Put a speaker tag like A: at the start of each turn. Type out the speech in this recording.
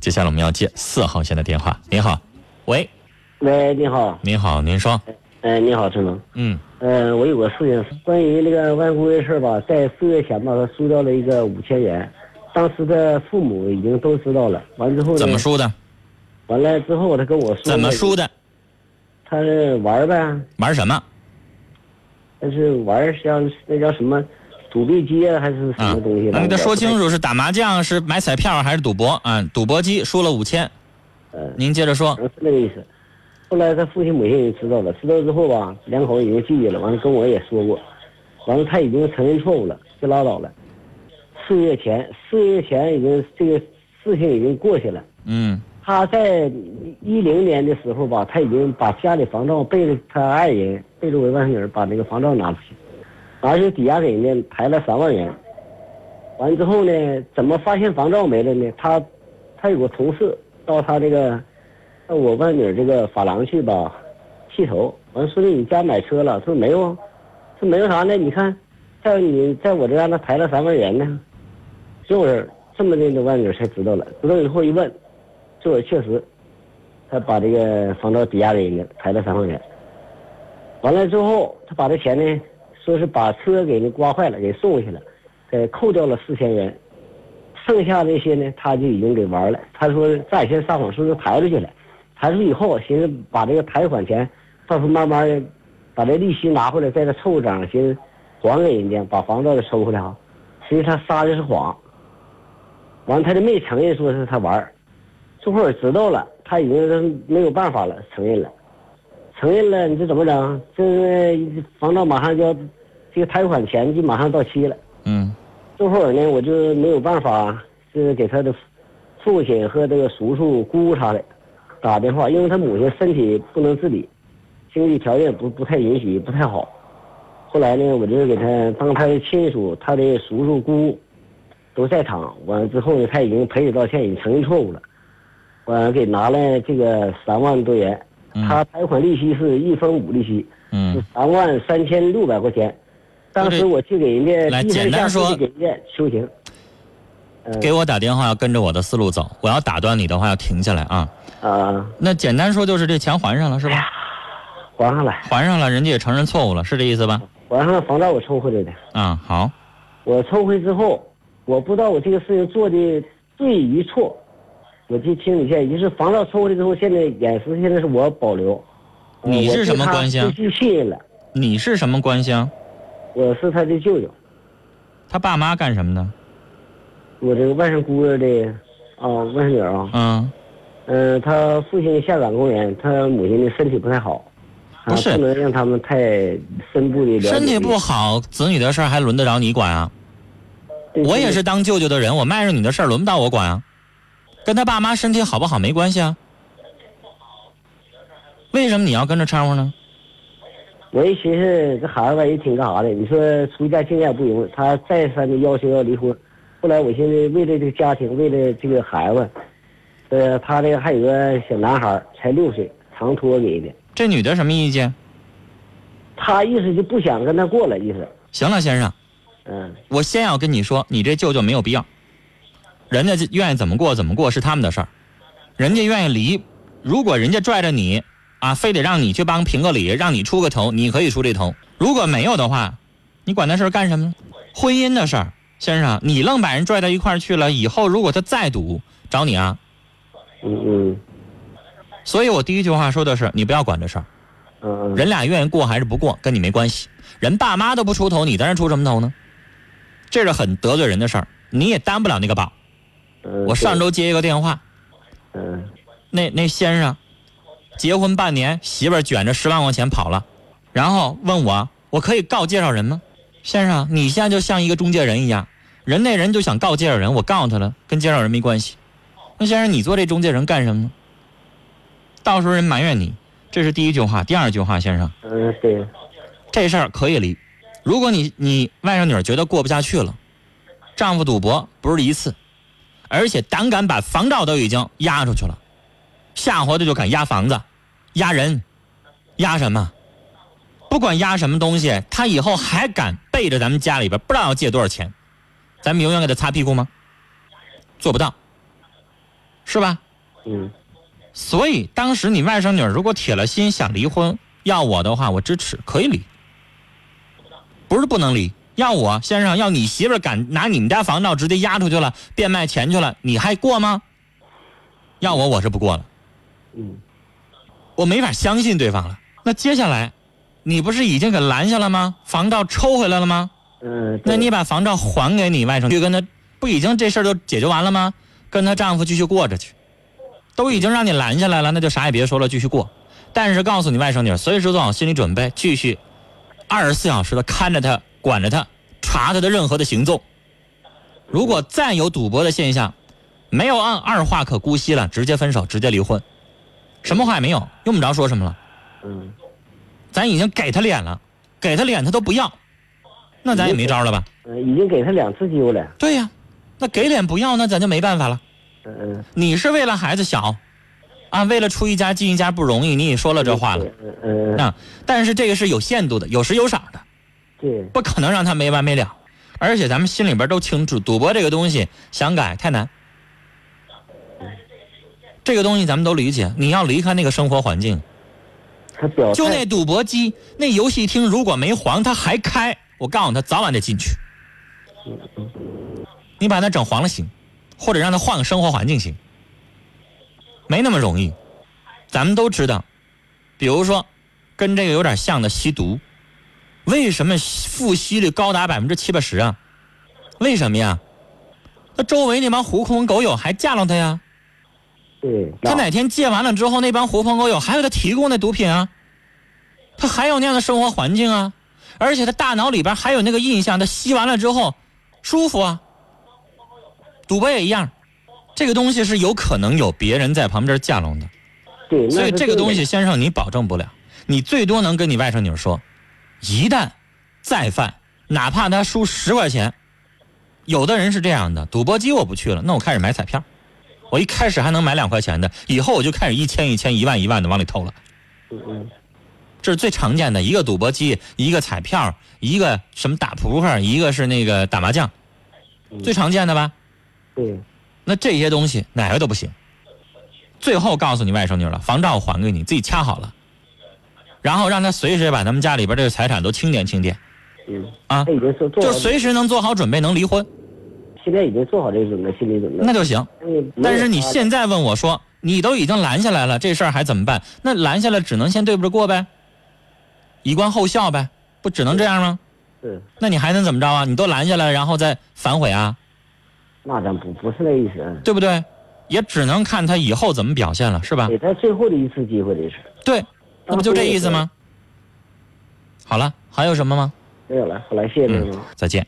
A: 接下来我们要接四号线的电话。您好，喂，
B: 喂，你好，
A: 您好，您说，
B: 哎，你好，陈总，
A: 嗯，
B: 呃，我有个事情，关于那个外公的事儿吧，在四月前吧，他输掉了一个五千元，当时的父母已经都知道了，完之后
A: 嗯
B: 呢，
A: 怎么？输的？
B: 完了之后，他跟我说，
A: 怎么输？的？
B: 他是玩儿呗，
A: 玩什么？
B: 但是玩儿像那叫什么，赌币机啊，还是什
A: 啊
B: 么东西？？
A: 那你得说清
B: 楚。
A: 楚是打麻将、是买彩票还是赌博啊？赌博机输了五千，
B: 嗯，
A: 您接着说
B: 反。正是那个意思。后来他父亲母亲也知道了，知道之后吧，两口子已经记忆了，完了跟我也说过，完了他已经承认错误了，就拉倒了。四个月前，四个月前已经这个事情已经过去了。
A: 嗯
B: 他在一零年的时候吧，他已经把家里房照背着他爱人，背着我外甥女儿把那个房照拿出去，完事抵押给人家抬了三万元。完之后呢，怎么发现房照没了呢？他他有个同事到他这个到我外女儿这个发廊去吧，剃头。完说的你家买车了？他说没有啊，说没有啥呢？你看，在你在我这家那抬了三万元呢，就是这么的，那外女儿才知道了。知道以后一问，这我确实，他把这个房照抵押给人家，抬了三万元。完了之后，他把这钱呢，说是把车给人刮坏了，给送回去了，给扣掉了四千元，剩下这些呢，他就已经给玩了。他说再先撒谎，说是抬出去了，抬出去以后，寻思把这个抬款钱，到时候慢慢的把这利息拿回来，再再凑账，寻思还给人家，把房照给收回来啊。其实他撒的是谎，完了他就没承认说是他玩儿这会儿知道了，他已经没有办法了，承认了，承认了，你这怎么整？这房照马上就要，这个贷款钱就马上到期了。
A: 嗯
B: 这会儿呢，我就没有办法，是给他的父亲和这个叔叔、姑姑啥的打电话，因为他母亲身体不能自理，经济条件不不太允许，不太好。后来呢，我就给他当他的亲属，他的叔叔、姑姑都在场。完了之后呢，他已经赔礼道歉，已经承认错误了。我给拿了这个三万多元，
A: 嗯
B: 他贷款利息是一分五利息，是
A: 嗯，
B: 三万三千六百块钱。当时我去给人家，
A: 来
B: 一分
A: 简单
B: 下
A: 说
B: 去给人家求情。嗯
A: 给我打电话要跟着我的思路走，我要打断你的话要停下来啊。
B: 啊，
A: 那简单说就是这钱还上了是 吧？
B: 还上来，
A: 还上了，人家也承认错误了，是这意思吧？
B: 还上了房照我抽回来的。
A: 啊，好，
B: 我抽回之后，我不知道我这个事情做的对与错，我就听你建议，就是房照抽回来之后，现在眼识现在是我保留。呃
A: 你是什么关系啊
B: 我对他失去信任了，
A: 你是什么关系啊？
B: 我是他的舅舅，
A: 他爸妈干什么的？
B: 我这个外甥姑姑的啊、外甥女儿啊，
A: 嗯，
B: 嗯、他父亲下岗工人，他母亲的身体不太好，啊
A: 不是
B: 不能让他们太深部的了解。
A: 身体不好，子女的事儿还轮得着你管啊？
B: 对，
A: 我也是当舅舅的人，我迈着你的事儿轮不到我管啊，跟他爸妈身体好不好没关系啊。为什么你要跟着掺和呢？
B: 我一寻思，这孩子吧也挺干啥的。你说出家经验也不容易，他再三的要求要离婚。后来我寻思，为了这个家庭，为了这个孩子，呃，他这个还有个小男孩儿，才六岁，长托给的。
A: 这女的什么意见？
B: 他意思就不想跟他过了，意思，
A: 行了，先生，
B: 嗯
A: 我先要跟你说，你这舅舅没有必要，人家就愿意怎么过怎么过是他们的事儿，人家愿意离，如果人家拽着你啊，非得让你去帮评个理，让你出个头，你可以出这头。如果没有的话，你管那事儿干什么呢？婚姻的事儿，先生，你愣把人拽到一块儿去了，以后如果他再赌，找你啊。
B: 嗯嗯
A: 所以我第一句话说的是，你不要管这事儿，
B: 嗯嗯
A: 人俩愿意过还是不过，跟你没关系。人爸妈都不出头，你在那出什么头呢？这是很得罪人的事儿，你也担不了那个宝。
B: 嗯，
A: 我上周接一个电话，
B: 对嗯
A: 那那先生结婚半年，媳妇儿卷着十万块钱跑了，然后问我，我可以告介绍人吗？先生，你现在就像一个中介人一样，人那人就想告介绍人，我告诉他了，跟介绍人没关系。那先生，你做这中介人干什么呢？到时候人埋怨你，这是第一句话。第二句话，先生，
B: 嗯对，
A: 这事儿可以离。如果你你外甥女儿觉得过不下去了，丈夫赌博不是一次，而且胆敢把房照都已经押出去了，吓活的就敢押房子、押人、押什么？不管押什么东西，他以后还敢背着咱们家里边不知道要借多少钱，咱们永远给他擦屁股吗？做不到。是吧？
B: 嗯，
A: 所以当时你外甥女儿如果铁了心想离婚，要我的话，我支持，可以离，不是不能离。要我先生，要你媳妇儿敢拿你们家房照直接押出去了，变卖钱去了，你还过吗？要我，我是不过了，
B: 嗯，
A: 我没法相信对方了。那接下来，你不是已经给拦下了吗？房照抽回来了吗？
B: 嗯，
A: 那你把房照还给你外甥去跟他，不已经这事儿就解决完了吗？跟她丈夫继续过着去，都已经让你拦下来了，那就啥也别说了，继续过。但是告诉你外甥女，随时做好心理准备，继续二十四小时的看着她，管着她，查她的任何的行踪。如果再有赌博的现象，没有按二话可姑息了，直接分手，直接离婚，什么话也没有，用不着说什么了。
B: 嗯，
A: 咱已经给她脸了，给她脸她都不要，那咱也没招了吧？
B: 嗯，已经给他两次机会了，
A: 对呀、那给脸不要，那咱就没办法了。
B: 嗯嗯，
A: 你是为了孩子小，啊，为了出一家进一家不容易，你也说了这话了。
B: 嗯嗯嗯，
A: 啊，但是这个是有限度的，有时有赏的，
B: 对，
A: 不可能让他没完没了。而且咱们心里边都清楚，赌博这个东西想改太难。这个东西咱们都理解，你要离开那个生活环境，
B: 哦他表态
A: 就那赌博机、那游戏厅，如果没黄，他还开，我告诉他，早晚得进去。你把它整黄了行，或者让他换个生活环境行，没那么容易。咱们都知道，比如说，跟这个有点像的吸毒，为什么复吸率高达百分之七八十啊？为什么呀？那周围那帮狐朋狗友还架着他呀？
B: 对，
A: 他哪天戒完了之后，那帮狐朋狗友还有他提供的毒品啊，他还有那样的生活环境啊，而且他大脑里边还有那个印象，他吸完了之后舒服啊。赌博也一样，这个东西是有可能有别人在旁边架拢的，
B: 对，那
A: 所以
B: 是
A: 这个
B: 对的
A: 东西，先生你保证不了，你最多能跟你外甥女说，一旦再犯，哪怕他输十块钱，有的人是这样的，赌博机我不去了，那我开始买彩票，我一开始还能买两块钱的，以后我就开始一千一千一万一万的往里投了，
B: 嗯嗯
A: 这是最常见的一个赌博机，一个彩票，一个什么打扑克，一个是那个打麻将，
B: 嗯
A: 最常见的吧？
B: 对，
A: 那这些东西哪个都不行。最后告诉你外甥女了，房照我还给你，自己掐好了，然后让她随时把咱们家里边这个财产都清点清点，
B: 嗯
A: 啊
B: 他已经说做
A: 就
B: 好，
A: 随时能做好准备能离婚，
B: 现在已经做好这个准备，心理准备。
A: 那就行。
B: 嗯
A: 但是你现在问我说，你都已经拦下来了，这事儿还怎么办？那拦下来只能先对付着过呗，以观后效呗，不只能这样吗？
B: 是，
A: 那你还能怎么着啊？你都拦下来了，然后再反悔啊，
B: 那咱不不是那意思，啊，
A: 对不对？也只能看他以后怎么表现了，是吧？
B: 给他最后的一次机会，这是
A: 对，那不就这意思吗？好了，还有什么吗？嗯
B: 没有了。后来谢谢您了。
A: 再见。